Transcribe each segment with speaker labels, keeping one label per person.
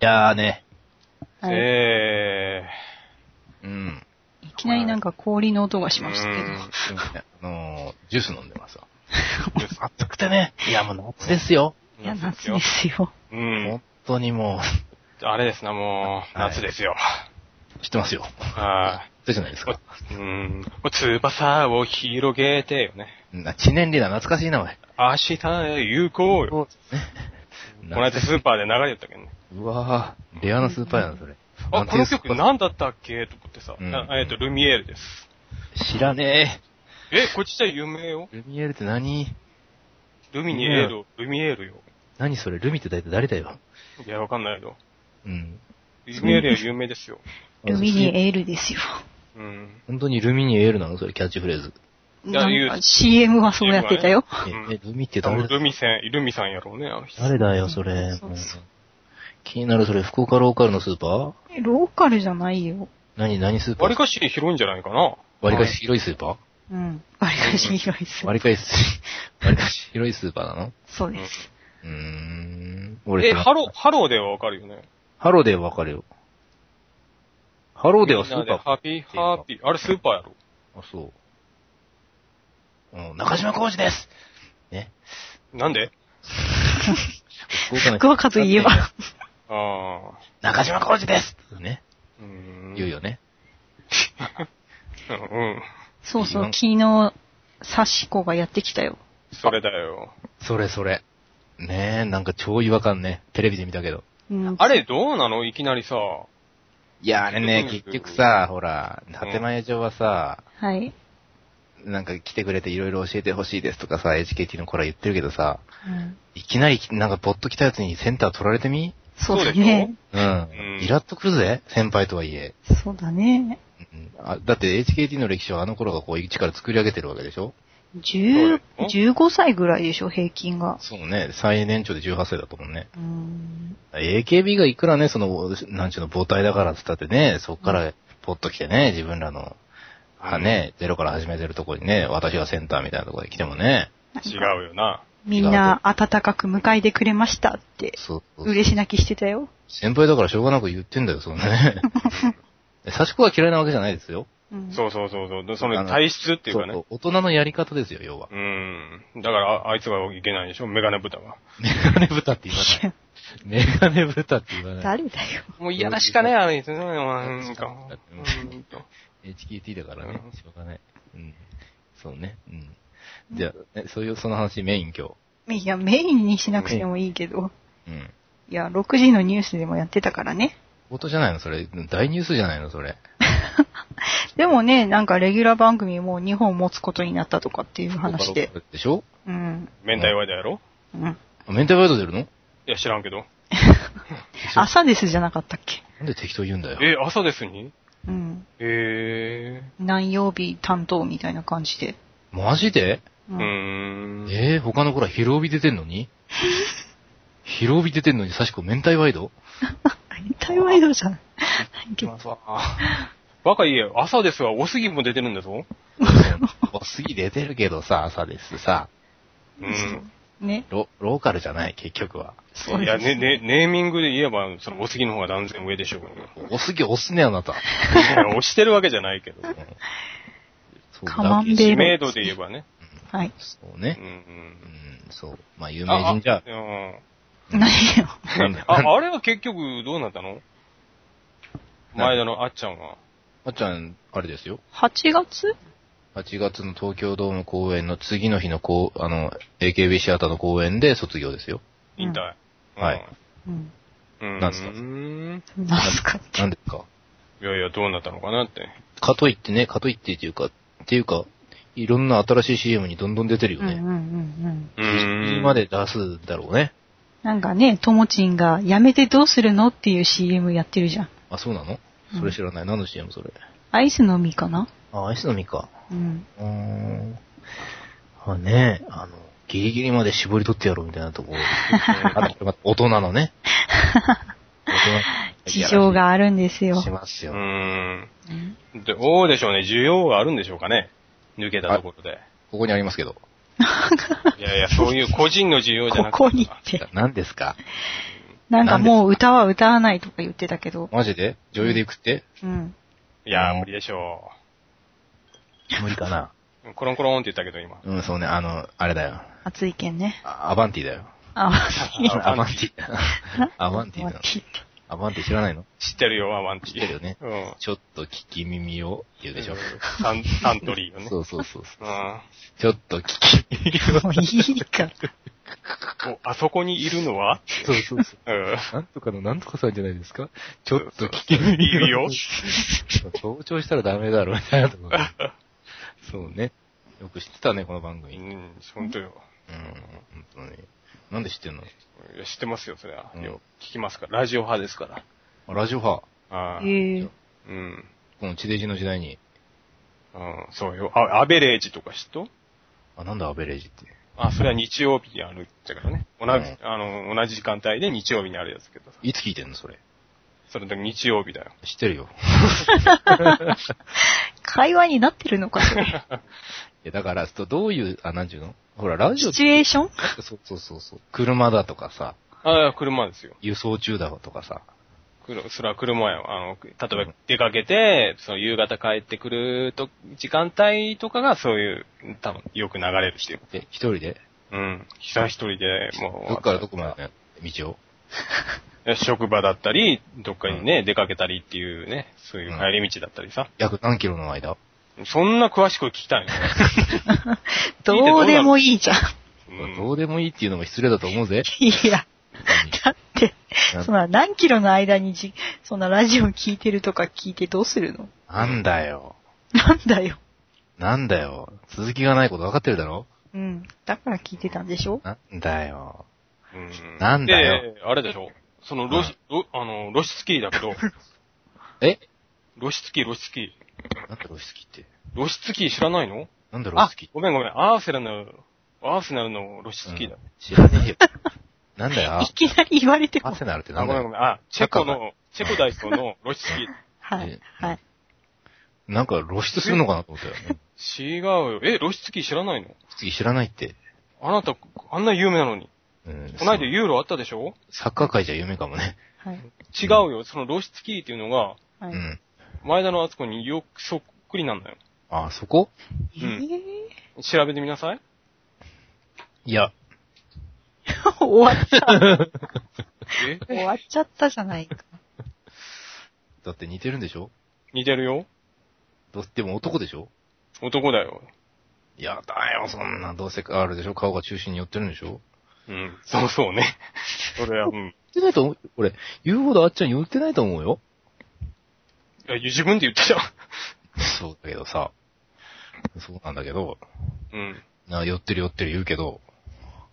Speaker 1: やーね。
Speaker 2: はい
Speaker 3: え
Speaker 1: うん。
Speaker 2: いきなりなんか氷の音がしましたけど。
Speaker 3: うん
Speaker 1: でもねあのー、ジュース飲んでますわ。
Speaker 3: ー、です
Speaker 1: 暑くてね。いや、もう夏ですよ。
Speaker 2: いや、夏ですよ。
Speaker 3: うん
Speaker 1: 本。当にも
Speaker 3: あれですな、もう、夏ですよ。
Speaker 1: う、知ってますよ。
Speaker 3: は
Speaker 1: そうじゃないです
Speaker 3: い。も
Speaker 1: か。
Speaker 3: ううん。もう翼を広げてよね。
Speaker 1: な、知念里だ、懐かしいな、おい。
Speaker 3: 明日へ行こうよ。
Speaker 1: ね
Speaker 3: この間スーパーで流れてたけどね。
Speaker 1: うわぁ、レアなスーパーやな、それ。な
Speaker 3: あ、
Speaker 1: んてい
Speaker 3: こ
Speaker 1: う
Speaker 3: の
Speaker 1: スーパー
Speaker 3: 曲何だったっけと思ってさ。
Speaker 1: うん
Speaker 3: なえっと、ルミエールです。
Speaker 1: 知らね
Speaker 3: え、こっちじゃ有名よ
Speaker 1: え。ルミエールって何
Speaker 3: ルミニエール、ルミエールよ。
Speaker 1: 何それルミって大体誰だよ。
Speaker 3: いや、わかんないけど。
Speaker 1: うん。
Speaker 3: ルミエールは有名ですよ。
Speaker 2: ルミニエールですよ。
Speaker 3: うん。
Speaker 1: 本当にルミにエールなのそれキャッチフレー ズ。
Speaker 3: いや
Speaker 2: なん
Speaker 3: 言う
Speaker 2: か CM はそうやってたよ。
Speaker 1: え
Speaker 3: うん
Speaker 1: え、ルミって誰だ
Speaker 3: ルミさん、ルミさんやろうね、あの人。
Speaker 1: 誰だよ、それ。
Speaker 2: そうそう
Speaker 1: もう気になる、それ、福岡ローカルのスーパー
Speaker 2: ローカルじゃないよ。
Speaker 1: 何、何スーパー
Speaker 3: わりかし広いんじゃないかな。
Speaker 1: 割りかし広いスーパ
Speaker 2: うん。割りかし広いっ
Speaker 1: ー
Speaker 2: す。
Speaker 1: 割りかし、 割りかし広いスーパーなの
Speaker 2: そうです。
Speaker 1: うーん。
Speaker 3: え、ハロ
Speaker 1: ー
Speaker 3: ー、ハローではわかるよね。
Speaker 1: ハローでわかるよ。ハローではス
Speaker 3: み
Speaker 1: ー
Speaker 3: んな
Speaker 1: パー。
Speaker 3: ハッピー、ハッピー。あれスーパーやろ。
Speaker 1: あ、そう。うん、中島浩二ですね。
Speaker 3: なんで
Speaker 1: 福岡の
Speaker 2: 福岡といえば。
Speaker 3: ああ。
Speaker 1: 中島浩二ですね。
Speaker 3: うーん。
Speaker 1: 言うよね。
Speaker 3: うん。
Speaker 2: そうそうう、
Speaker 1: ん
Speaker 2: 昨日、サシコがやってきたよ。
Speaker 3: それだよ。
Speaker 1: それそれ。ねえ、なんか超違和感ね。テレビで見たけど。
Speaker 2: うん、
Speaker 3: あれどうなのいきなりさ。
Speaker 1: いや、あれね、
Speaker 3: うん
Speaker 1: 結局さ、ほら、建前上はさ、
Speaker 2: はい。
Speaker 1: なんか来てくれていろいろ教えてほしいですとかさ、HKT の子ら言ってるけどさ、
Speaker 2: うん、
Speaker 1: いきなり、なんかポッと来たやつにセンター取られてみ
Speaker 2: そうだ
Speaker 3: そう
Speaker 2: ね。
Speaker 1: うん。
Speaker 3: ん
Speaker 1: イラッとくるぜ、先輩とはいえ。
Speaker 2: そうだね。
Speaker 1: うんあだって HKT の歴史はあの頃がこう、一から作り上げてるわけでしょ
Speaker 2: 10
Speaker 3: そうだ
Speaker 2: 15歳ぐらいでしょ、平均が。
Speaker 1: そうね、最年長で18歳だと思うね。
Speaker 2: うん。
Speaker 1: AKB がいくらね、その、なんちゅうの、母体だからってったってね、そっから、ポッと来てね、自分らの、はね、ゼロから始めてるとこにね、私がセンターみたいなとこに来てもね、
Speaker 3: 違うよな。
Speaker 2: みんな温かく迎えてくれましたって、
Speaker 1: そう、
Speaker 2: 嬉し泣きしてたよ。
Speaker 1: 先輩だからしょうがなく言ってんだよ、その ね。差し子は嫌いなわけじゃないですよ。
Speaker 2: うん、
Speaker 3: そうそうそうそう。でそ
Speaker 1: あ
Speaker 3: の
Speaker 1: の
Speaker 3: 体質っていうか
Speaker 1: そ
Speaker 3: ね
Speaker 1: う。そう大人のやり方ですよ、要は。
Speaker 3: うん。だから、ああいつがいけないでしょメガネ豚は。
Speaker 1: メガネ豚って言わ
Speaker 2: い
Speaker 1: ない。
Speaker 2: や
Speaker 1: メ ガネ豚って言わない。
Speaker 2: 誰だよ。
Speaker 3: もう嫌だしかねえ、あれですね。なんか。
Speaker 1: うん
Speaker 3: うんと
Speaker 1: HKT だからね
Speaker 3: う、ん
Speaker 1: しょうがない。うん。そうね。うん。じゃあ、えそういう、その話メイン今日。
Speaker 2: いや、メインにしなくてもいいけど。
Speaker 1: うん。
Speaker 2: いや、6時のニュースでもやってたからね。
Speaker 1: 冒頭じゃないのそれ。大ニュースじゃないのそれ。
Speaker 2: でもね、なんかレギュラー番組も2本持つことになったとかっていう話で
Speaker 1: ボ。カロでしょ
Speaker 2: うん。
Speaker 3: 明太ワイドやろ
Speaker 2: うん。
Speaker 1: あ明太バイト出るの
Speaker 3: いや、知らんけど。
Speaker 2: 朝ですじゃなかったっけ
Speaker 1: なんで適当言うんだよ。
Speaker 3: え、朝ですに
Speaker 2: うん。
Speaker 3: え
Speaker 2: 何曜日担当みたいな感じで。
Speaker 1: マジで
Speaker 2: う。
Speaker 3: ー。う んーん。
Speaker 1: えー、他の子ら広帯出てんのに広帯出てんのに、さしこ明太ワイド
Speaker 2: 台湾移動じゃない。
Speaker 3: ま あさバカ言えよ。朝ですが、おすぎも出てるんだぞ。
Speaker 1: おすぎ出てるけどさ、朝ですさ、
Speaker 3: うん。
Speaker 2: ね。
Speaker 1: ロ、ローカルじゃない、結局は。
Speaker 2: そう
Speaker 3: い
Speaker 2: で
Speaker 3: や、
Speaker 2: す
Speaker 3: ね、ね、ネーミングで言えば、その、おすぎの方が断然上でしょ う。
Speaker 1: おすぎ押すね、あなた。
Speaker 3: いや押してるわけじゃないけど。
Speaker 1: そう
Speaker 2: カマンベール
Speaker 3: 知名度で言えばね。
Speaker 2: はい。
Speaker 1: そう
Speaker 3: う。
Speaker 1: ね。うんん、そう。まあ、有
Speaker 3: うん。
Speaker 1: 名人じゃ
Speaker 3: あ、あ
Speaker 2: 何よ。
Speaker 1: なんだよ
Speaker 3: あ、あれは結局、どうなったの前田のあっちゃんは。
Speaker 1: あっちゃん、あれですよ。
Speaker 2: 8月
Speaker 1: 8月の東京ドーム公演の次の日のこう、あの、AKB シアターの公演で卒業ですよ。
Speaker 3: 引退。
Speaker 1: うんはい
Speaker 2: うん。
Speaker 3: うん。
Speaker 1: なんすか
Speaker 3: うん
Speaker 2: 何すか
Speaker 1: な
Speaker 2: って。
Speaker 1: んですか
Speaker 3: いやいや、どうなったのかなって。
Speaker 1: かといってね、かといってっていうか、っていうか、いろんな新しい CM にどんどん出てるよ
Speaker 2: うんうんうん
Speaker 1: ね。
Speaker 2: うん。
Speaker 3: う
Speaker 1: 今ま。で出すだろうね。
Speaker 2: なんかね、ともちんが、やめてどうするのっていう CM やってるじゃん。
Speaker 1: あ、そうなのそれ知らない。何の CM それ。
Speaker 2: アイスのみかな
Speaker 1: あ、アイスの実か。
Speaker 2: うん。
Speaker 1: うーん。あ、ねあの、ギリギリまで絞り取ってやろうみたいなと こ。あと、また大人のね。大人
Speaker 2: 事情があるんですよ
Speaker 1: し。ます
Speaker 3: う
Speaker 1: よ。
Speaker 3: ん。
Speaker 2: うん
Speaker 3: で、どうでしょうね。需要があるんでしょうかね。抜けたところで。
Speaker 1: ここにありますけど。
Speaker 3: いやいや、そういう個人の需要じゃなくて。
Speaker 2: ここにって。
Speaker 1: 何ですか
Speaker 2: なんかもう歌は歌わないとか言ってたけど。
Speaker 1: マジで女優で行くって
Speaker 2: うん。
Speaker 3: いやー、無理でしょ
Speaker 1: 無理かな。
Speaker 3: う。コロンコロンって言ったけど、今。
Speaker 1: うん、そうね、あの、あれだよ。
Speaker 2: 熱いけんね。
Speaker 1: あアバンティだよ。
Speaker 2: あ、いや
Speaker 1: アバンティ。アバンティ
Speaker 2: 待
Speaker 1: なの
Speaker 2: っ。て
Speaker 1: アバンティ知らないの
Speaker 3: 知ってるよ、アマンティ。
Speaker 1: 知ってるよね
Speaker 3: うん。
Speaker 1: ちょっと聞き耳をって言うでしょ。
Speaker 3: サン、サントリーよ ね。
Speaker 1: そうそうそうそう。
Speaker 3: うん。も
Speaker 1: ちょっと聞き耳を。
Speaker 2: もういいから。
Speaker 3: うあそこにいるのは
Speaker 1: そうそうそう。
Speaker 3: うん。
Speaker 1: なんとかのなんとかさんじゃないですかちょっと聞き耳を。
Speaker 3: いるよ
Speaker 1: 登場したらダメだろうなと思って、そうね。よく知ってたね、この番組。
Speaker 3: う
Speaker 1: うん、
Speaker 3: ん、本当よ。
Speaker 1: 本当に。なんで知ってんの
Speaker 3: いや知ってますよ、それは。
Speaker 1: うん
Speaker 3: よ聞きますから。ラジオ派ですから。
Speaker 1: あラジオ派。
Speaker 3: ああ。
Speaker 2: ええ
Speaker 3: うん。
Speaker 1: この地デジの時代に。
Speaker 3: うん、そうよ。あ、アベレージとか知っと
Speaker 1: あ、なんだアベレージって。
Speaker 3: あ、それは日曜日にあるってからね。同じ、
Speaker 1: うん
Speaker 3: あの、同じ時間帯で日曜日にあるやつけどさ。
Speaker 1: いつ聞いてんのそれ。
Speaker 3: それで日曜日だよ。
Speaker 1: 知ってるよ。
Speaker 2: 会話になってるのかしら。
Speaker 1: いや、だから、どどういう、あ、なんちゅうのほら、ラジオ
Speaker 2: シ
Speaker 1: っ
Speaker 2: チ
Speaker 1: て
Speaker 2: ュエーション
Speaker 1: そうそうそうそう。車だとかさ、
Speaker 3: ああ、車ですよ。
Speaker 1: 輸送中だとかさ。
Speaker 3: くるそれは車よ。あの、例え
Speaker 1: うん
Speaker 3: ば出かけて、その夕方帰ってくると、時間帯とかがそういう、多分よく流れる人よ。
Speaker 1: え、一人で
Speaker 3: うん。久一人で、もう。
Speaker 1: どっからどこまでね道を
Speaker 3: 職場だったり、どっかにね、出かけたりっていうね、そういう帰り道だったりさ。
Speaker 1: 約何キロの間
Speaker 3: そんな詳しく聞きたいの
Speaker 2: どうでもいいじゃん。
Speaker 3: う ん
Speaker 1: どうでもいいっていうのも失礼だと思う ぜ。
Speaker 2: いや、だって、そんな何キロの間にじ、そんなラジオ聞いてるとか聞いてどうするの
Speaker 1: なんだよ。
Speaker 2: なんだよ。
Speaker 1: なんだよ。続きがないこと分かってるだろ
Speaker 2: うん。だから聞いてたんでしょ
Speaker 1: なんだよ。
Speaker 3: うん
Speaker 1: なんだよ。
Speaker 3: であれでしょその露出、ろあの、露出キーだ けど、
Speaker 1: え
Speaker 3: 露出キー、露出キー。
Speaker 1: なんだろう、好きって。
Speaker 3: 露出キー知らないの
Speaker 1: なんだろう、
Speaker 3: あ
Speaker 1: 好き、
Speaker 3: ごめんごめん。アーセナの、アーセナルの露出キーだ。
Speaker 1: 知ら ねえよ。なんだよ
Speaker 2: い、きなり言われて
Speaker 1: ア
Speaker 2: も
Speaker 1: ー。セナルってな
Speaker 3: あ、
Speaker 1: ん
Speaker 3: ご
Speaker 1: だ
Speaker 3: めんご
Speaker 1: よ。
Speaker 3: めん。あ、チェコ
Speaker 1: なん
Speaker 3: の、チェコ代表の露出キー。
Speaker 2: はい。はい。
Speaker 1: なんか露出するのかなと思った よ。うん
Speaker 3: 違うよ。え、露出キー知らないの
Speaker 1: 次知らないって。
Speaker 3: あなた、あんな有名なのに。
Speaker 1: うん
Speaker 3: この間ユーロあったでしょ
Speaker 1: サッカー界じゃ夢かもね。
Speaker 2: はい。
Speaker 3: 違うよ。その露出キーっていうのが、
Speaker 2: は
Speaker 1: う
Speaker 2: い。
Speaker 1: ん。
Speaker 3: 前田の敦子によくそっくりなんだよ。
Speaker 1: あ、そこ
Speaker 2: えー、
Speaker 3: 調べてみな さい。
Speaker 1: いや、
Speaker 2: 終わっちゃう。
Speaker 3: え
Speaker 2: 終わっちゃったじゃないか。
Speaker 1: だって似てるんでしょ
Speaker 3: 似てるよ。
Speaker 1: どうでも男でしょ
Speaker 3: 男だよ。
Speaker 1: いやだよ、そんな。どうせあるでしょ顔が中心に寄ってるんでしょ
Speaker 3: うん。そうそうね。それは、うん。
Speaker 1: 寄ってないと思う。俺、言うほどあっちゃん寄ってないと思うよ。
Speaker 3: いや、自分で言ってた。
Speaker 1: そうだけどさ。そうなんだけど、
Speaker 3: うん。
Speaker 1: な寄ってる寄ってる言うけど、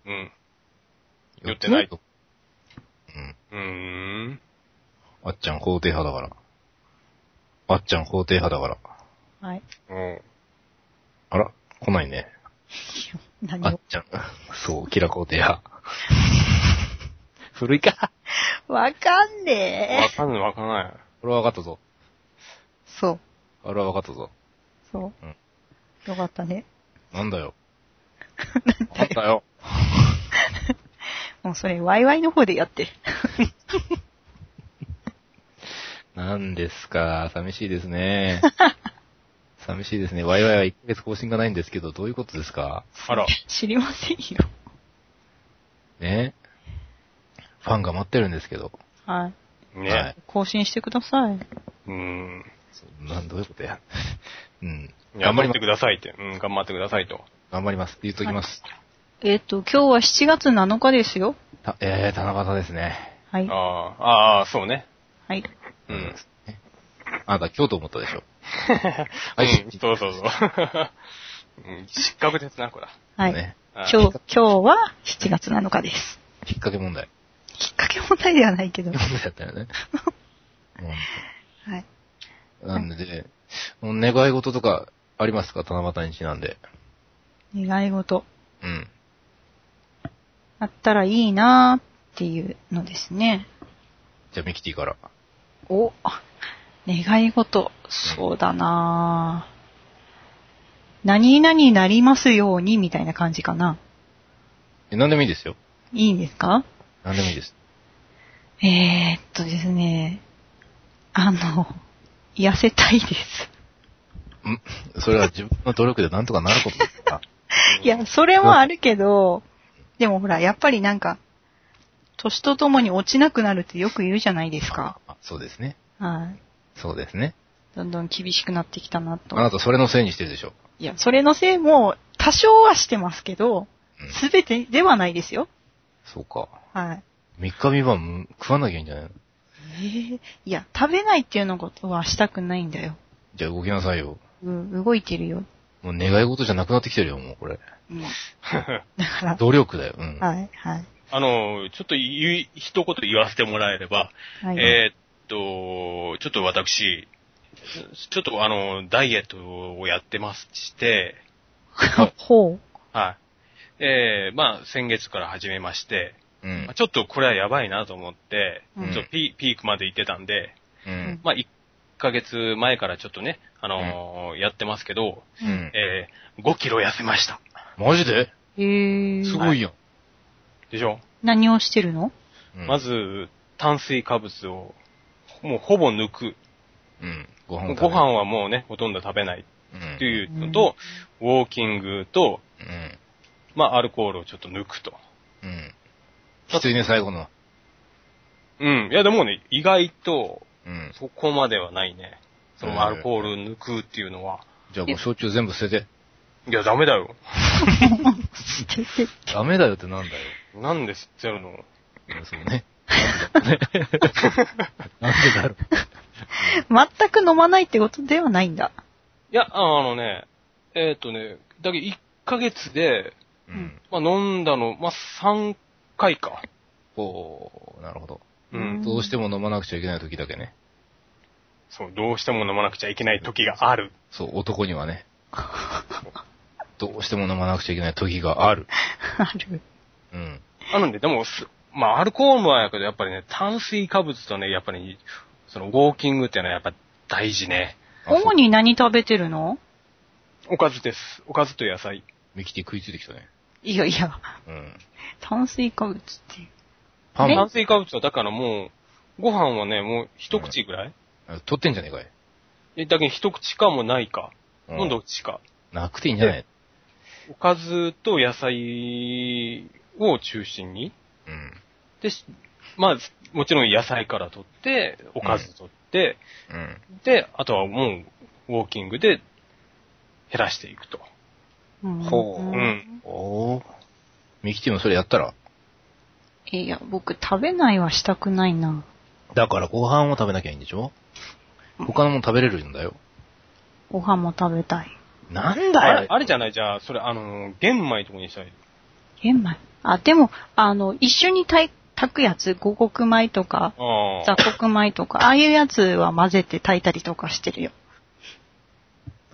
Speaker 3: うん。寄ってない
Speaker 1: と。うん。
Speaker 3: うーん。
Speaker 1: あっちゃん肯定派だから。あっちゃん肯定派だから。
Speaker 2: はい。
Speaker 3: うん。
Speaker 1: あら、来ないね。あ
Speaker 2: 何
Speaker 1: っ
Speaker 2: を。
Speaker 1: ちゃん。そう、キラ肯定 派。古いか。
Speaker 2: わかんね
Speaker 3: わ
Speaker 2: え。
Speaker 3: かんない、わかんない。
Speaker 1: これは分かったぞ。
Speaker 2: そう。
Speaker 1: あれは分かったぞ。
Speaker 2: そう
Speaker 1: うん。
Speaker 2: よかったね。
Speaker 1: なんだよ。 なんだよ。
Speaker 2: もうそれ、ワイワイの方でやって。
Speaker 1: なんですか、寂しいです ね。寂しいですね。ワイワイは1ヶ月更新がないんですけど、どういうことですか
Speaker 3: あら。
Speaker 2: 知りませんよ。
Speaker 1: ねファンが待ってるんですけど。
Speaker 2: はい。
Speaker 3: ね。
Speaker 1: はい
Speaker 2: 更新してください。
Speaker 3: うーん。
Speaker 1: そうなんどういうことや。 うん。
Speaker 3: いや
Speaker 1: 頑張り
Speaker 3: 頑張っ
Speaker 1: ます。
Speaker 3: てくださいって。うん、頑張ってくださいと。
Speaker 1: 頑張ります。言っときます。
Speaker 2: えっ、と、今日は7月7日ですよ。
Speaker 1: たえー、七夕ですね。
Speaker 2: はい
Speaker 3: あ。あ、ああ、そうね。
Speaker 2: はい。
Speaker 3: うん。
Speaker 1: あなた今日と思ったでし ょ。はい
Speaker 3: うん、そうそうそう。 うん失格ですな、これ。
Speaker 2: はい。
Speaker 1: ね。
Speaker 2: 今
Speaker 3: あ
Speaker 2: 日、今日は7月7日です。
Speaker 1: きっかけ問題。
Speaker 2: きっかけ問題ではないけど。
Speaker 1: 問題だったよ ね。
Speaker 2: はい。
Speaker 1: うん、なんで、もう願い事とかありますか七夕にちなんで。
Speaker 2: 願い事。
Speaker 1: うん。
Speaker 2: あったらいいなーっていうのですね。
Speaker 1: じゃあミキティから。
Speaker 2: お、あ願い事。そうだなー何々になりますようにみたいな感じかな。
Speaker 1: え、なんでもいいですよ。
Speaker 2: いいんですか
Speaker 1: なんでもいいです。
Speaker 2: えー、っとですね、あの、痩せたいです。
Speaker 1: んそれは自分の努力でなんとかなることですか
Speaker 2: いや、それもあるけど、でもほら、やっぱりなんか、年とともに落ちなくなるってよく言うじゃない ですか。
Speaker 1: あそうですね。
Speaker 2: はい。
Speaker 1: そうですね。
Speaker 2: どんどん厳しくなってきたなと
Speaker 1: あ。なたそれのせいにしてるでしょ。
Speaker 2: いや、それのせいも、多少はしてますけど、
Speaker 1: うん。
Speaker 2: すべてではないですよ。
Speaker 1: そうか。
Speaker 2: はい。
Speaker 1: 3日三晩食わなきゃいいんじゃないの
Speaker 2: えーいや、食べないっていうのことはしたくないんだよ。
Speaker 1: じゃあ動きなさいよ。
Speaker 2: うん、動いてるよ。
Speaker 1: もう願い事じゃなくなってきてるよ、もうこれ。
Speaker 2: うん。だから、
Speaker 1: 努力だよ。うん。
Speaker 2: はい、はい。
Speaker 3: あの、ちょっと言い、一言言わせてもらえれば、
Speaker 2: はい。
Speaker 3: えーっと、ちょっと私、ちょっとあの、ダイエットをやってまして、
Speaker 2: ほう。
Speaker 3: はい。えー、まあ、先月から始めまして、
Speaker 1: うん
Speaker 3: まあ。ちょっとこれはやばいなと思って、
Speaker 2: うん
Speaker 3: ちょっとピピークまで行ってたんで、
Speaker 1: うん。
Speaker 3: まあ、1ヶ月前からちょっとね、あのーやってますけど、
Speaker 1: うん。
Speaker 3: えー、5キロ痩せました。
Speaker 1: マジで
Speaker 2: えー、
Speaker 1: すごいやん。
Speaker 3: でしょ、
Speaker 2: 何をしてるの
Speaker 1: うん
Speaker 3: ま、ず、炭水化物を、もうほぼ抜く。
Speaker 1: うん。ご
Speaker 3: もう
Speaker 1: 飯
Speaker 3: ご飯はもうね、ほとんど食べないって
Speaker 1: うん。
Speaker 3: いうのと、ウォーキングと、
Speaker 1: うん。
Speaker 3: まあ、アルコールをちょっと抜くと。
Speaker 1: うん。きついね、最後の。
Speaker 3: うん。いや、でもね、意外と、
Speaker 1: うん。
Speaker 3: そこまではないね。そ
Speaker 1: へ
Speaker 3: の
Speaker 1: ー
Speaker 3: アルコール抜くっていうのは。
Speaker 1: じゃあもう焼酎全部捨てて。
Speaker 3: いや、ダメだよ。
Speaker 1: ダメだよってなんだよ。
Speaker 3: なんで捨てるの
Speaker 1: そう ね。なんでだろうね。なんでだろう。
Speaker 2: 全く飲まないってことではないんだ。
Speaker 3: いや、あのね、えーっ、とね、だけど1ヶ月で、
Speaker 1: うん。
Speaker 3: まあ、飲んだの、まあ、3回か。
Speaker 1: おー、なるほど。
Speaker 3: う
Speaker 2: うん
Speaker 3: ん。
Speaker 1: どうしても飲まなくちゃいけない時だけね。
Speaker 3: そう、どうしても飲まなくちゃいけない時がある。
Speaker 1: そう、男にはね。どうしても飲まなくちゃいけない時がある。
Speaker 2: ある。
Speaker 1: うん。
Speaker 3: あるんで、でも、すまあ、アルコールもやけど、やっぱりね、炭水化物とね、やっぱり、その、ウォーキングっていうのはやっぱ大事ね。
Speaker 1: あそう
Speaker 2: 主に何食べてるの
Speaker 3: おかずです。おかずと野菜。
Speaker 1: ミキティ食いついてきたね。
Speaker 2: いやいや、
Speaker 1: うん。
Speaker 2: 炭水化物って。
Speaker 1: パン
Speaker 3: 炭水化物は、だからもう、ご飯はね、もう一口ぐらい、
Speaker 1: も取ってんじゃねえかい。
Speaker 3: えだけど一口かもないか。
Speaker 1: う
Speaker 3: のどっちか。
Speaker 1: なくていいんじゃない
Speaker 3: おかずと野菜を中心に。
Speaker 1: うん。
Speaker 3: で、しまあ、もちろん野菜から取って、おかず取って、
Speaker 1: うん。
Speaker 3: で、あとはもう、ウォーキングで減らしていくと。
Speaker 2: うん
Speaker 1: ほう
Speaker 3: う。
Speaker 1: うんおー。ミキティもそれやったら
Speaker 2: いや、僕食べないはしたくないな。
Speaker 1: だからご飯を食べなきゃいいんでしょ他のもん食べれるんだよ。
Speaker 2: ご飯も食べたい。
Speaker 1: なん
Speaker 3: あ
Speaker 1: だ
Speaker 3: れ
Speaker 1: よ。
Speaker 3: あれじゃないじゃあ、それ、あのー、玄米とかにしたい。
Speaker 2: 玄米。あ、でも、あの、一緒に炊い炊くやつ、五穀米とか、
Speaker 3: あ
Speaker 2: 雑
Speaker 3: あ。
Speaker 2: 穀米とか、ああいうやつは混ぜて炊いたりとかしてるよ。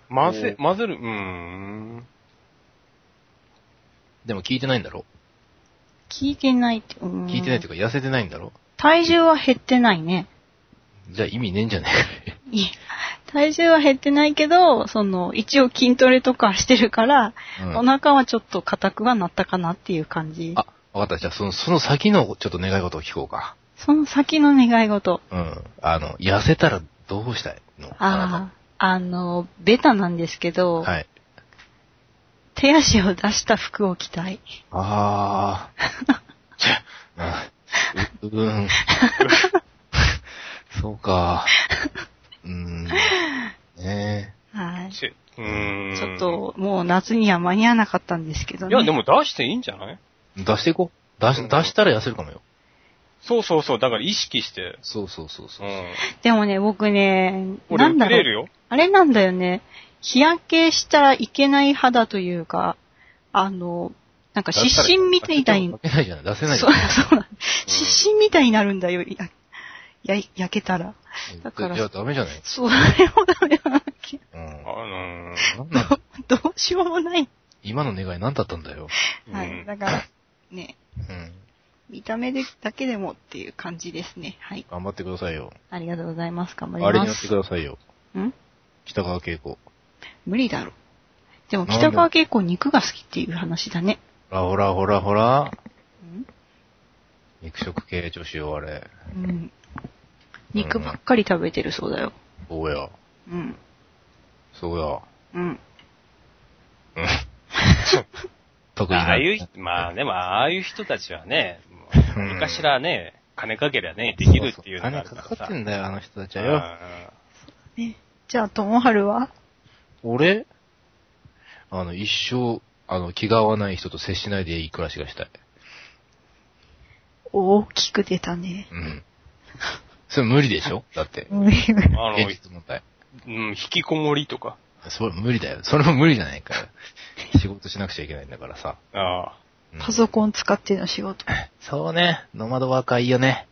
Speaker 3: 混ぜ、混ぜる、うーん。
Speaker 1: でも聞いてないんだろ
Speaker 2: 聞いてないって、うーん
Speaker 1: 聞いてないっていうか痩せてないんだろ
Speaker 2: 体重は減ってないね。
Speaker 1: じゃあ意味ねえんじゃねえかい。
Speaker 2: いや体重は減ってないけど、その、一応筋トレとかしてるから、
Speaker 1: うん
Speaker 2: お腹はちょっと硬くはなったかなっていう感じ。
Speaker 1: あ、わかった。じゃあ、その、その先のちょっと願い事を聞こうか。
Speaker 2: その先の願い事。
Speaker 1: うん。あの、痩せたらどうしたいの
Speaker 2: ああ、あの、ベタなんですけ
Speaker 1: あ
Speaker 2: ど、
Speaker 1: なたはい。
Speaker 2: 手足を出した服を着たい。
Speaker 1: あ あ。う、うー ん。そうか。うーん。ね
Speaker 2: はい。
Speaker 3: ちうーん。
Speaker 2: ちょっ。と、もう夏には間に合わなかったんですけど
Speaker 3: い
Speaker 2: ね。
Speaker 3: や、でも出していいんじゃない
Speaker 1: え。出していこう。出し、出したら痩せるかもよ。
Speaker 3: そうそうそう、だから意識して。
Speaker 1: そうそうそうそうう。
Speaker 3: ん。
Speaker 2: でもね、僕ね、
Speaker 3: 俺、
Speaker 2: なん
Speaker 3: 受
Speaker 2: だ
Speaker 3: けれる
Speaker 2: ろう。
Speaker 3: よ。
Speaker 2: あれなんだよね。日焼けしたらいけない肌というか、あの、なんか
Speaker 1: 出した
Speaker 2: 湿
Speaker 1: ら
Speaker 2: 疹みたいな、
Speaker 1: 出せないじゃない。出せな
Speaker 2: そう、
Speaker 1: いじ
Speaker 2: そ
Speaker 1: ゃな
Speaker 2: う
Speaker 1: い。
Speaker 2: なん湿疹みたいになるんだよ、や、や、焼けたら。だから
Speaker 1: じゃあダメじゃない
Speaker 2: それもダメなんだけ
Speaker 1: うん
Speaker 3: あ。 のー
Speaker 1: なんなんだ
Speaker 2: ど。どうしようもない。
Speaker 1: 今の願い何だったんだよ。
Speaker 3: うん
Speaker 2: はい。だから、ね、
Speaker 1: うん。
Speaker 2: 見た目で、だけでもっていう感じですね。はい。
Speaker 1: 頑張ってくださいよ。
Speaker 2: ありがとうございます。頑張り
Speaker 1: あれに乗
Speaker 2: ま
Speaker 1: って
Speaker 2: す。
Speaker 1: くださいよ。
Speaker 2: ん
Speaker 1: 北川景子。
Speaker 2: 無理だろ。でも
Speaker 1: なんで
Speaker 2: 北川景子肉が好きっていう話だね。
Speaker 1: ほらほらほらほら。
Speaker 2: ん
Speaker 1: 肉食系女子よ、あれ。
Speaker 2: うん。肉ばっかり食べてるそうだよ。
Speaker 1: そうや。
Speaker 2: うん。
Speaker 1: そうや。
Speaker 2: うん。
Speaker 1: うん。特にな。
Speaker 3: ああいう人、まあでも、ああいう人たちはね、
Speaker 1: うん
Speaker 3: 何かしらね、金かけりゃね、できるっていうのがある
Speaker 1: そう
Speaker 3: か
Speaker 1: そう金かか
Speaker 3: らさ。
Speaker 1: ってんだよ、あの人たちは
Speaker 3: う
Speaker 1: よ。
Speaker 3: ん
Speaker 2: ね。じゃあ、ともはるは
Speaker 1: 俺あの、一生、あの、気が合わない人と接しないでいい暮らしがしたい。
Speaker 2: 大きく出たね。
Speaker 1: うん。それ無理でし ょだって。
Speaker 2: 無理無理
Speaker 3: あの、
Speaker 1: 現実問題。
Speaker 3: うん、引きこもりとか。
Speaker 1: それ無理だよ。それも無理じゃない から。仕事しなくちゃいけないんだからさ。
Speaker 3: あ
Speaker 1: うん
Speaker 2: パソコン使っての仕事。
Speaker 1: そうね。ノマドワーカーいいよ ね。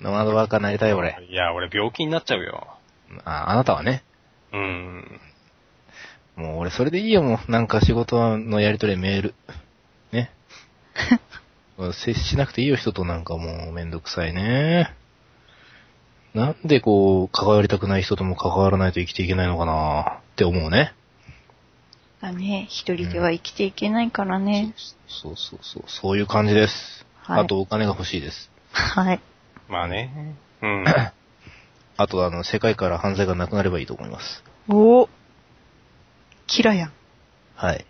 Speaker 1: ノマドワーカーなりたい、
Speaker 3: あ。
Speaker 1: 俺。
Speaker 3: いや、俺病気になっちゃうよ。
Speaker 1: あ、あなたはね。
Speaker 3: うん。
Speaker 1: もう俺それでいいよ、もう。なんか仕事のやりとりメール。 ね。もう接しなくていいよ、人となんかもうめんどくさいね。なんでこう、関わりたくない人とも関わらないと生きていけないのかなって思うね。
Speaker 2: だね。一人では生きていけないからね。
Speaker 1: そうそうそう、そういう感じです。
Speaker 2: はい
Speaker 1: あとお金が欲しい です。
Speaker 2: はい。
Speaker 3: まあね。 うん。
Speaker 1: あとあの、世界から犯罪がなくなればいいと思います。
Speaker 2: おキラやん。
Speaker 1: はい。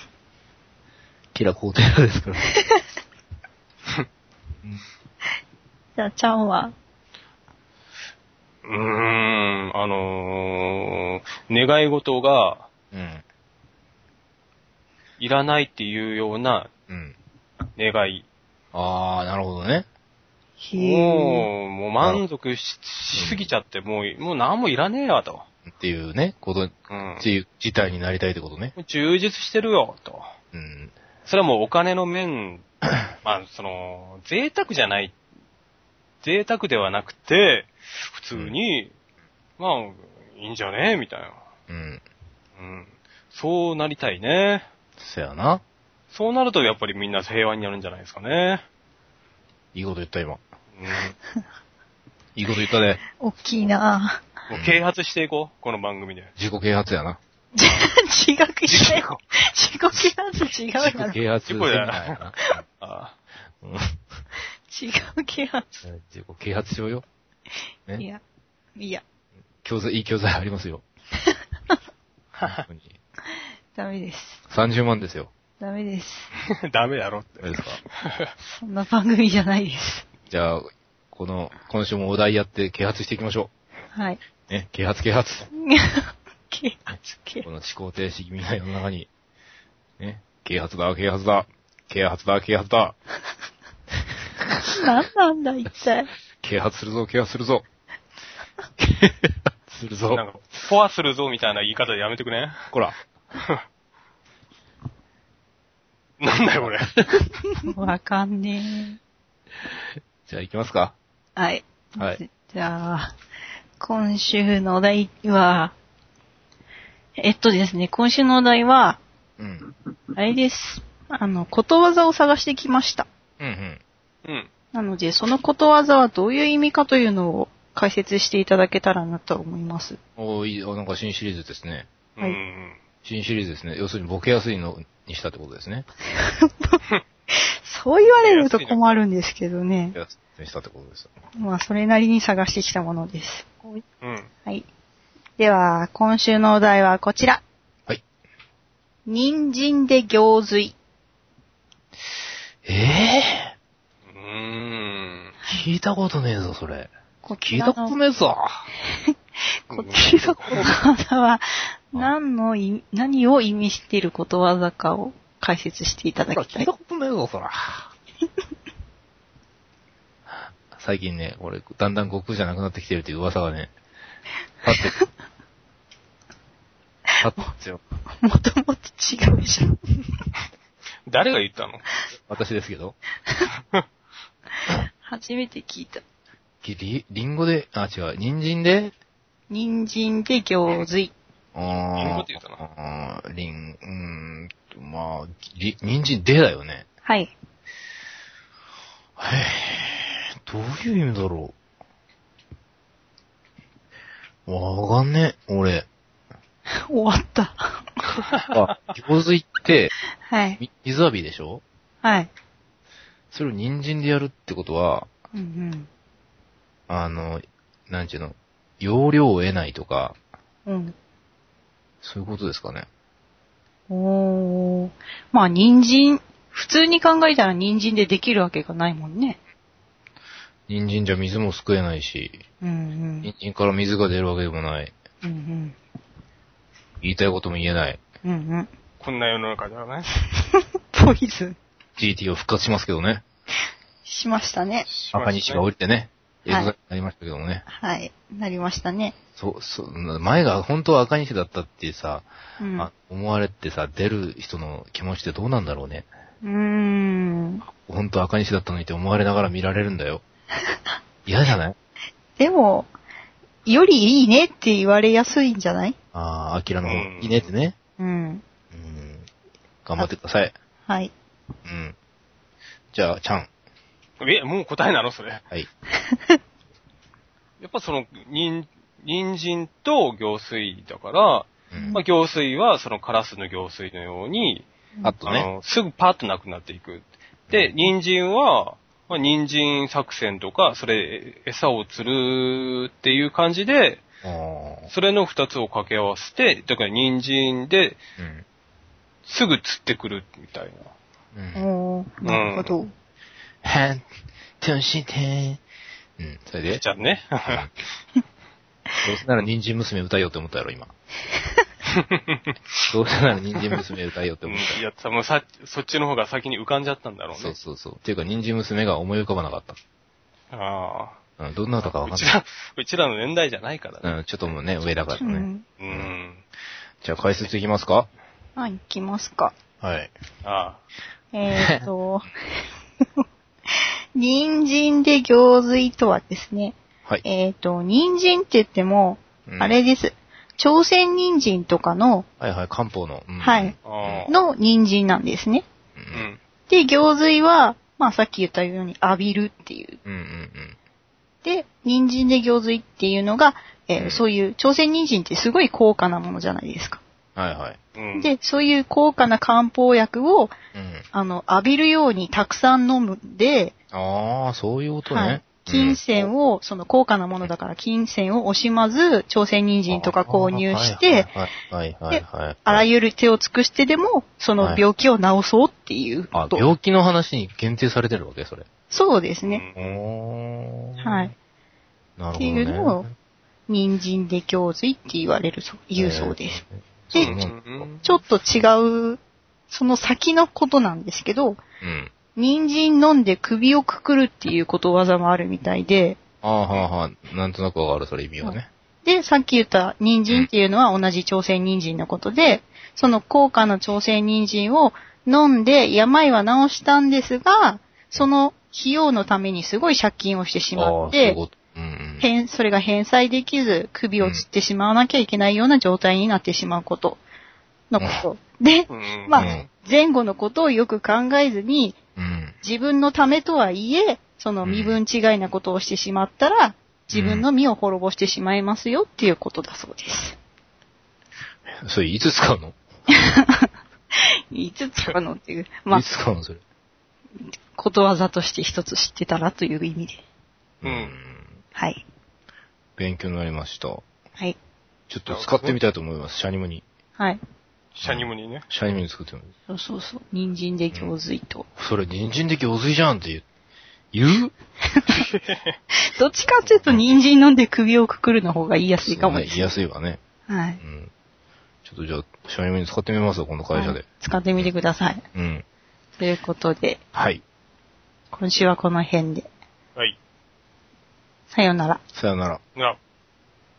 Speaker 1: キラ皇帝らです から。
Speaker 2: じゃあ、ちゃんは
Speaker 3: うーん、あのー、願い事が
Speaker 1: うん。
Speaker 3: いらないっていうような
Speaker 1: うん。
Speaker 3: 願い。
Speaker 1: あー、なるほどね。
Speaker 2: へえ。
Speaker 3: もう、もう満足ししすぎちゃって、もう、もう何もいらねえやと。
Speaker 1: っていうね、こと、っ
Speaker 3: うん。
Speaker 1: ていう事態になりたいってことね。
Speaker 3: 充実してるよ、と。
Speaker 1: うん。
Speaker 3: それはもうお金の 面、まあ、その、贅沢じゃない、贅沢ではなくて、普通に、まあ、いいんじゃねえみたいな。
Speaker 1: うん。
Speaker 3: うん。そうなりたいね。
Speaker 1: そやな。
Speaker 3: そうなるとやっぱりみんな平和になるんじゃないですかね。
Speaker 1: いいこと言った、今。
Speaker 3: うん。
Speaker 1: いいこと言ったね。
Speaker 2: おっきいな ぁ。
Speaker 3: もう啓発していこう、この番組で。
Speaker 1: 自己啓発やな。
Speaker 2: 違くして。自己啓発
Speaker 1: 自
Speaker 2: 違うやろ
Speaker 1: 己。啓発セミナーや
Speaker 3: あ
Speaker 1: な。うん
Speaker 2: 違う啓発。
Speaker 1: 自己啓発しようよ。
Speaker 2: い
Speaker 1: ね。
Speaker 2: や。いや。
Speaker 1: 教材、いい教材あり ますよ。本当に
Speaker 2: ダメです。
Speaker 1: 30万ですよ。
Speaker 2: ダメです。
Speaker 3: あ ダメだろって
Speaker 1: あ。れですか。
Speaker 2: そんな番組じゃないです。
Speaker 1: じゃあ、この、今週もお題やって啓発していきましょ
Speaker 2: はい。
Speaker 1: う。ね、啓発啓発。
Speaker 2: 啓発啓
Speaker 1: この思考停止気味な世の中に。ね、啓発だ、啓発だ。啓発だ、啓発だ。
Speaker 2: 発。 何なんだ、一 体。
Speaker 1: 啓発するぞ、啓発するぞ。啓発する
Speaker 3: なん
Speaker 1: ぞ。
Speaker 3: か、フォアするぞみたいな言い方やめてくね。
Speaker 1: こら。
Speaker 3: なんだよ、 これ。
Speaker 2: わかんね
Speaker 1: じゃあ行きますか。
Speaker 2: え。はい。
Speaker 1: はい。
Speaker 2: じゃあ、今週のお題は、えっとですね、今週のお題は、
Speaker 1: うん。
Speaker 2: あれです。あの、ことわざを探してきました。
Speaker 1: うんうん。
Speaker 3: うん。
Speaker 2: なので、そのことわざはどういう意味かというのを解説していただけたらなと思います。
Speaker 1: おーいい、おなんか新シリーズですね。
Speaker 3: う
Speaker 2: はい
Speaker 3: ん。
Speaker 1: 新シリーズですね。要するにボケやすいのにしたってことですね。
Speaker 2: そう言われると困るんですけどね
Speaker 1: ボ。ケやすいにしたってことですよ。
Speaker 2: まあ、それなりに探してきたものです。
Speaker 3: うん。
Speaker 2: はい。では、今週のお題はこちら。
Speaker 1: はい。
Speaker 2: 人参で行水。
Speaker 1: ええ
Speaker 3: うーん。
Speaker 1: 聞いたことねえぞ、それ。
Speaker 2: こ
Speaker 1: 聞
Speaker 2: ち
Speaker 1: い
Speaker 2: ら
Speaker 1: た
Speaker 2: の
Speaker 1: ことねえぞ。
Speaker 2: こちらのことわざは、何の意味、何を意味していることわざかを解説していただ
Speaker 1: ほら
Speaker 2: きた
Speaker 1: 聞い
Speaker 2: い
Speaker 1: た。ことねえぞ、そら。 最近ね、俺、だんだん悟空じゃなくなってきてるっていう噂がね、立って、立ってますよ。
Speaker 2: もともと違うじゃん。
Speaker 3: 誰が言ったの
Speaker 1: 私ですけど。
Speaker 2: 初めて聞いた。
Speaker 1: きり、りんごで、あ、違う、人参で、
Speaker 2: 人参で行水。
Speaker 1: うーん
Speaker 3: りんごって言うか
Speaker 1: うーん、りん、うーん、まあ、り、人参でだよね。
Speaker 2: はい。
Speaker 1: どういう意味だろう。わかんねえ、俺。
Speaker 2: 終わった。
Speaker 1: あ、行水って、
Speaker 2: はい。
Speaker 1: み水浴びでしょ
Speaker 2: はい。
Speaker 1: それを人参でやるってことは、
Speaker 2: うんうん。
Speaker 1: あの、なんちゅうの、容量を得ないとか、
Speaker 2: うん。
Speaker 1: そういうことですかね。
Speaker 2: おー。まあ、人参、普通に考えたら人参でできるわけがないもんね。
Speaker 1: 人参じゃ水もすくえないし、
Speaker 2: うん
Speaker 1: 人参から水が出るわけでもない。
Speaker 2: うん。うん
Speaker 1: 言いたいことも言えない。
Speaker 2: うん。うんうん。
Speaker 3: こんな世の中ではね。
Speaker 2: ポイズン
Speaker 1: GT を復活しますけどね。
Speaker 2: しましたね。
Speaker 1: 赤西が降りてね。映
Speaker 2: はい
Speaker 1: 画になりましたけどもね。
Speaker 2: はい。なりましたね。
Speaker 1: そう、そう、前が本当は赤西だったってさ、
Speaker 2: うん。
Speaker 1: あ思われてさ、出る人の気持ちってどうなんだろうね。
Speaker 2: うーん。
Speaker 1: 本当は赤西だったのにって思われながら見られるんだ よ。嫌じゃない
Speaker 2: でも、よりいいねって言われやすいんじゃない
Speaker 1: ああ、アキラの方が
Speaker 3: うん
Speaker 1: いいねってね。
Speaker 2: うん。
Speaker 1: うん。頑張ってください。
Speaker 2: はい。
Speaker 1: うん。じゃあ、ちゃん。
Speaker 3: え、もう答えなのそれ。や
Speaker 1: はい。
Speaker 3: っぱその、人、人参と行水だから、
Speaker 1: うん
Speaker 3: まあ、行水はそのカラスの行水のように、
Speaker 1: あと
Speaker 3: あ
Speaker 1: ね。
Speaker 3: の、すぐパッとなくなっていく。で、人参は、まあ、人参作戦とか、それ、え餌を釣るっていう感じで、
Speaker 1: あー
Speaker 3: それの二つを掛け合わせて、だから人参
Speaker 1: う
Speaker 3: で
Speaker 1: ん
Speaker 3: すぐ釣ってくるみたいな。
Speaker 1: うん。
Speaker 2: おー、なるほど。
Speaker 1: はん、として、うん、それで、
Speaker 3: じゃあ ね。
Speaker 1: どうせなら人参娘歌えよって思ったやろ、今。 どうせなら人参娘歌えよって
Speaker 3: うん
Speaker 1: 思っ
Speaker 3: いや、多分さ、そっちの方が先に浮かんじゃったんだろ
Speaker 1: た。そう
Speaker 3: うね。
Speaker 1: そうそう。っていうか、人参娘が思い浮かばなかっ
Speaker 3: あ
Speaker 1: た。うん、どんな歌か
Speaker 3: あ。
Speaker 1: わ
Speaker 3: う
Speaker 1: かん
Speaker 3: ち
Speaker 1: な
Speaker 3: ら、うちらの年代じゃないからね。
Speaker 1: い。うん、ちょっともうね、上だから
Speaker 2: う
Speaker 1: ね。
Speaker 2: ん。
Speaker 3: うん。
Speaker 1: じゃあ解説いきますか
Speaker 2: はい、行きますか。
Speaker 1: はい。
Speaker 3: あ
Speaker 2: えー、っ と、人参で行水とはですね、
Speaker 1: はい。
Speaker 2: えー、っと、人参って言っても、
Speaker 1: うん
Speaker 2: あれです。朝鮮人参とかの、
Speaker 1: はいはい、漢方の。うん
Speaker 2: はい。
Speaker 3: あ。ああ。
Speaker 2: の人参なんですね。
Speaker 1: う。
Speaker 3: うんん。
Speaker 2: で、行水は、まあさっき言ったように浴びるっていう。
Speaker 1: うんうんうん。
Speaker 2: で、人参で行水っていうのが、えー
Speaker 1: うん
Speaker 2: そういう、朝鮮人参ってすごい高価なものじゃないですか。
Speaker 1: はいはい。
Speaker 3: うん。
Speaker 2: で、そういう高価な漢方薬
Speaker 1: う
Speaker 2: を、
Speaker 1: ん。
Speaker 2: あの、浴びるようにたくさん飲むんで、
Speaker 1: ああ、そういうこと
Speaker 2: はい
Speaker 1: ね。
Speaker 2: 金銭を、その高価なものだから金銭を惜しまず、朝鮮人参とか購入して、、
Speaker 1: はいはいはいはい。
Speaker 2: あらゆる手を尽くしてでも、その病気を治そうっていうこ
Speaker 1: あ、
Speaker 2: と。
Speaker 1: 病気の話に限定されてるわけ、それ。
Speaker 2: そうです
Speaker 3: うん
Speaker 2: ね。
Speaker 1: おー
Speaker 2: はい。。
Speaker 1: なるほど、ね。
Speaker 2: っていうのを、人参で胸髄って言われるそう、言うそうです。
Speaker 1: えー。
Speaker 2: で
Speaker 1: そうなん
Speaker 3: う
Speaker 1: だ
Speaker 3: ん
Speaker 2: ちょっと違う、その先のことなんですけど、
Speaker 1: うん。
Speaker 2: 人参飲んで首をくくるっていうことわざもあるみたいで、
Speaker 1: ああ、はあ、はあ、なんとなくわかる、それ意味はね。
Speaker 2: で、さっき言った人参っていうのは同じ朝鮮人参のことで、その高価な朝鮮人参を飲んで病は治したんですが、その費用のためにすごい借金をしてし
Speaker 1: あ
Speaker 2: ま
Speaker 1: あ、そ
Speaker 2: っ
Speaker 1: ういう
Speaker 2: て、
Speaker 1: こと。うんうん。
Speaker 2: 返それが返済できず、首をつってしまわなきゃいけないような状態になってしまうことのこと。で、
Speaker 3: うん
Speaker 2: ま
Speaker 1: う
Speaker 2: あ
Speaker 1: ん、
Speaker 2: 前後のことをよく考えずに、
Speaker 1: うん。
Speaker 2: 自分のためとはいえ、その身分違いなことをしてしまったら、自分の身を滅ぼしてしまいますよっていうことだそうです。
Speaker 1: それいつ使うの、
Speaker 2: いつ使うのっていう、まあ
Speaker 1: い、つ使うの、それ。
Speaker 2: ことわざとして一つ知ってたらという意味で。
Speaker 3: うん
Speaker 2: はい。
Speaker 1: 勉強になりました。ちょ
Speaker 2: はい。
Speaker 1: っと使ってみたいと思います。シャニムに。
Speaker 2: はい。
Speaker 3: シャニムにね。
Speaker 1: シャニムに作ってみる。
Speaker 2: そうそうそう。人参で行水と。
Speaker 1: それ、人参で行水じゃんって言う。言う
Speaker 2: どっちかっていうと、人参飲んで首をくくるの方が言いやすいかも
Speaker 1: ね
Speaker 2: で
Speaker 1: 言
Speaker 2: す。
Speaker 1: いやすいわね。
Speaker 2: は
Speaker 1: う
Speaker 2: い。
Speaker 1: ん。ちょっとじゃあ、シャニムに使ってみますよ、この会社で。
Speaker 2: はい使ってみてください。
Speaker 1: うん。
Speaker 2: ということで、
Speaker 1: はい。
Speaker 2: 今週はこの辺で。
Speaker 3: はい。
Speaker 2: さようなら。
Speaker 1: さよなら。
Speaker 3: な、